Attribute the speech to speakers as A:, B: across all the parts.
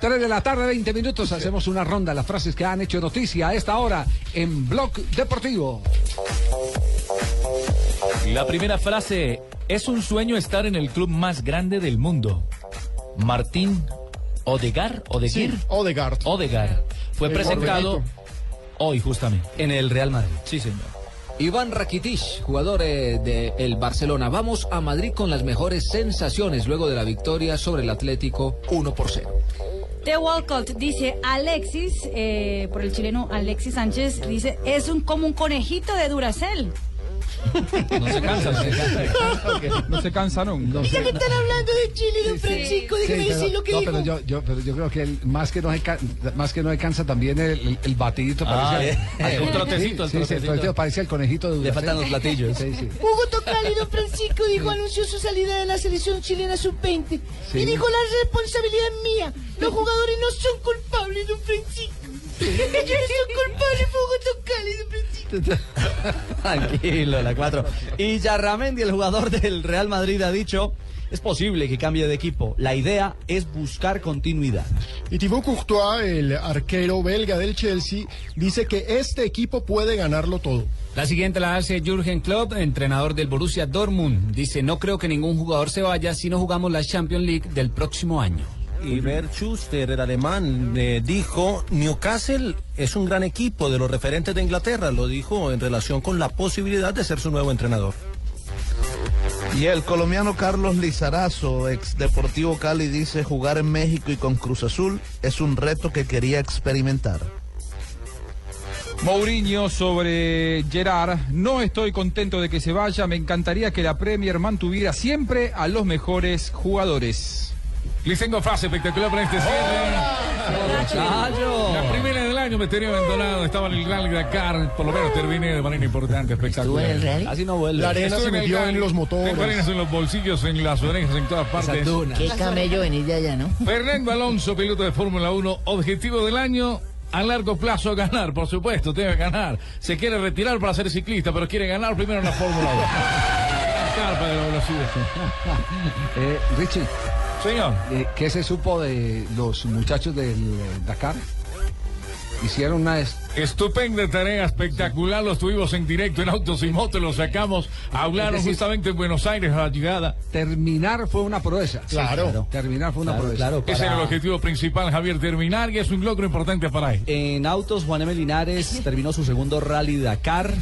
A: 3 de la tarde, 20 minutos. Hacemos una ronda de las frases que han hecho noticia a esta hora en Blog Deportivo.
B: La primera frase, es un sueño estar en el club más grande del mundo. Martín Odegar, Odeguir,
C: Odegaard.
B: Odegar, fue presentado hoy justamente.
D: en el Real Madrid.
B: Sí, señor.
D: Iván Rakitic, jugador eh, de el Barcelona. Vamos a Madrid con las mejores sensaciones luego de la victoria sobre el Atlético 1 por 0.
E: The Walcott dice Alexis, eh, por el chileno Alexis Sánchez, dice, es un como un conejito de Duracel.
B: No se cansa, no se cansa.
F: No se cansaron.
A: No sé.
G: Están hablando de Chile, don Francisco,
A: Sí,
G: déjeme
A: pero,
G: decir lo que
A: no,
G: dijo.
A: pero yo, yo, pero yo creo que el- más que no se can- más que no se cansa también el, el, el batidito
B: Ah,
A: parece
B: eh. Un trotecito, el
A: sí, sí, sí, el
B: trotecito.
A: trotecito parece el conejito
D: Le
A: de Duracell.
D: faltan los platillos.
A: Sí, sí.
G: Hugo Tocali, don Francisco, dijo, anunció su salida de la selección chilena sub-20.
A: Sí.
G: Y dijo, la responsabilidad es mía. Los jugadores no son culpables, don Francisco. Ellos no son culpables, fue Hugo Tocali, don Francisco.
D: Tranquilo, la 4. Y Yarramendi, el jugador del Real Madrid, ha dicho, es posible que cambie de equipo. La idea es buscar continuidad.
C: Y Thibaut Courtois, el arquero belga del Chelsea, dice que este equipo puede ganarlo todo.
H: La siguiente la hace Jürgen Klopp, entrenador del Borussia Dortmund. Dice, no creo que ningún jugador se vaya si no jugamos la Champions League del próximo año.
I: Y Bert Schuster, el alemán, eh, dijo, Newcastle es un gran equipo de los referentes de Inglaterra, lo dijo en relación con la posibilidad de ser su nuevo entrenador.
F: Y el colombiano Carlos Lizarazo, ex Deportivo Cali, dice jugar en México y con Cruz Azul es un reto que quería experimentar. Mourinho sobre Gerard, no estoy contento de que se vaya, me encantaría que la Premier mantuviera siempre a los mejores jugadores.
H: Les tengo frase espectacular para este cierre. La primera del año me tenía abandonado, estaba en el Rally Dakar, por lo menos terminé de manera importante, espectacular.
D: Así no vuelve.
C: La arena
H: Estuve
C: se
H: en el
C: metió
H: Rally.
C: en los
H: Tengo arenas
C: motores.
H: en los bolsillos, en las orejas, en todas partes.
G: Qué camello venir de allá, ¿no?
H: Fernando Alonso, piloto de Fórmula 1, objetivo del año. A largo plazo ganar, por supuesto, debe ganar. Se quiere retirar para ser ciclista, pero quiere ganar primero en la Fórmula 1. La carpa de la velocidad.
A: Eh, Richie,
H: Señor,
A: eh, ¿qué se supo de los muchachos del eh, Dakar? Hicieron una... es-
H: estupenda tarea, espectacular. Los tuvimos en directo en Autos y Motos, los sacamos. Hablaron
A: Es decir-
H: justamente en Buenos Aires a la llegada.
A: Terminar fue una proeza.
C: Claro.
A: Terminar fue una
D: Claro,
A: proeza.
D: claro,
H: Ese
D: para-
H: era el objetivo principal, Javier, terminar, y es un logro importante para él.
D: En autos, Juan M. Linares terminó su segundo rally Dakar.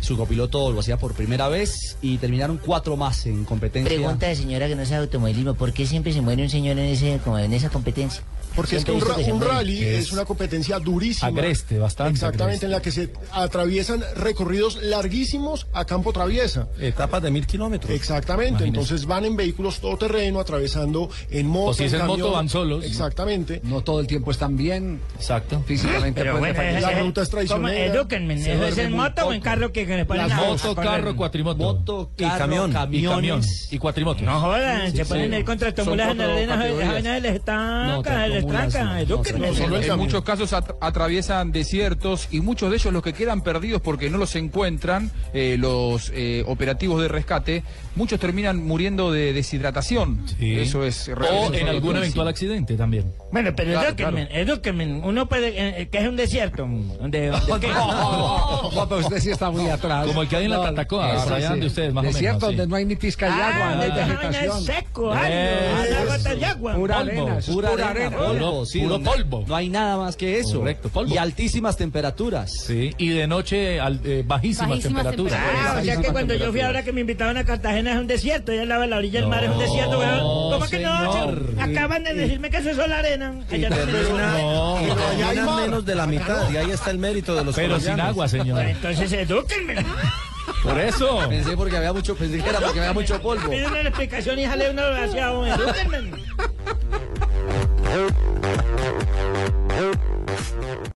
D: Su copiloto lo hacía por primera vez y terminaron cuatro más en competencia.
G: Pregunta de señora que no sabe automovilismo, ¿por qué siempre se muere un señor en, ese, como en esa competencia?
C: Porque es que un, ra- un rally es una competencia durísima.
B: Agreste, bastante
C: Exactamente, en la que se atraviesan recorridos larguísimos a campo traviesa.
I: Etapas de mil kilómetros.
C: Exactamente, entonces van en vehículos todoterreno, atravesando en moto.
H: O si es en
C: camión.
H: moto, van solos.
C: Exactamente.
A: No todo el tiempo están bien
B: Exacto.
A: físicamente. pues, le falta-
C: La ruta es traicionera.
H: Se
G: ¿Es
H: duerme
G: en
H: muy
G: moto o en
H: poco.
G: carro que, que le ponen
H: Las
G: a-
H: moto,
G: a-
H: carro, cuatrimoto.
D: Moto,
I: Y
D: carro,
I: camión. Y
D: camiones.
H: y camión. Y cuatrimotos.
G: No jodan, se ponen
H: sí.
G: el contratomulas
H: Son
G: en la
H: cuatro
G: arena, las
H: categorías.
G: vainas les
D: No,
G: estancan, les
D: tractomulas,
G: trancan,
D: no,
G: edúquenme.
C: No, solo el
F: En
C: camión.
F: muchos casos at- atraviesan desiertos y muchos de ellos los que quedan perdidos porque no los encuentran eh, los eh, operativos de rescate, muchos terminan muriendo de deshidratación.
B: Sí.
F: Eso es
B: O
F: realmente
B: en algún
F: doloroso.
B: eventual accidente también.
G: Bueno, pero
F: Claro,
G: edúquenme, edúquenme. Uno puede, eh, que es un desierto, donde... donde-
A: No, pero usted sí está muy atrás.
B: Como el que hay en la
A: No,
B: Tatacoa,
A: eso
B: por allá
A: sí.
B: donde ustedes, más o menos,
A: Desierto
B: sí.
A: donde no hay ni pizca de agua,
G: Ah,
A: no hay
G: donde esa vaina es
A: vegetación.
G: seco, árido, una gota de agua.
A: Pura
B: Polvo,
A: arena, eso es
D: Pura,
A: pura
D: arena,
A: arena.
D: polvo,
B: Puro-
D: sí,
B: puro
D: donde
B: polvo.
D: No hay nada más que eso.
B: Correcto, polvo.
D: Y altísimas temperaturas.
B: Sí. Y de noche, al- eh, bajísimas,
E: Bajísimas
B: temperaturas.
E: temperaturas.
G: Ah, o sea que cuando yo fui ahora que me invitaban a Cartagena es un desierto, allá al lado de la orilla del mar es un desierto, weón. ¿Cómo que no?
B: señor.
G: che? Acaban de decirme que eso es la arena. Allá también es sol.
B: No,
I: Y terminan menos de la mitad, y ahí está el mérito de los
B: pero sin
I: colombianos.
B: agua, señor.
G: Entonces edúquenme.
B: Por eso.
D: Pensé porque había mucho, pensé que era porque había mucho polvo.
G: Piden una explicación y jale una oración, edúquenme.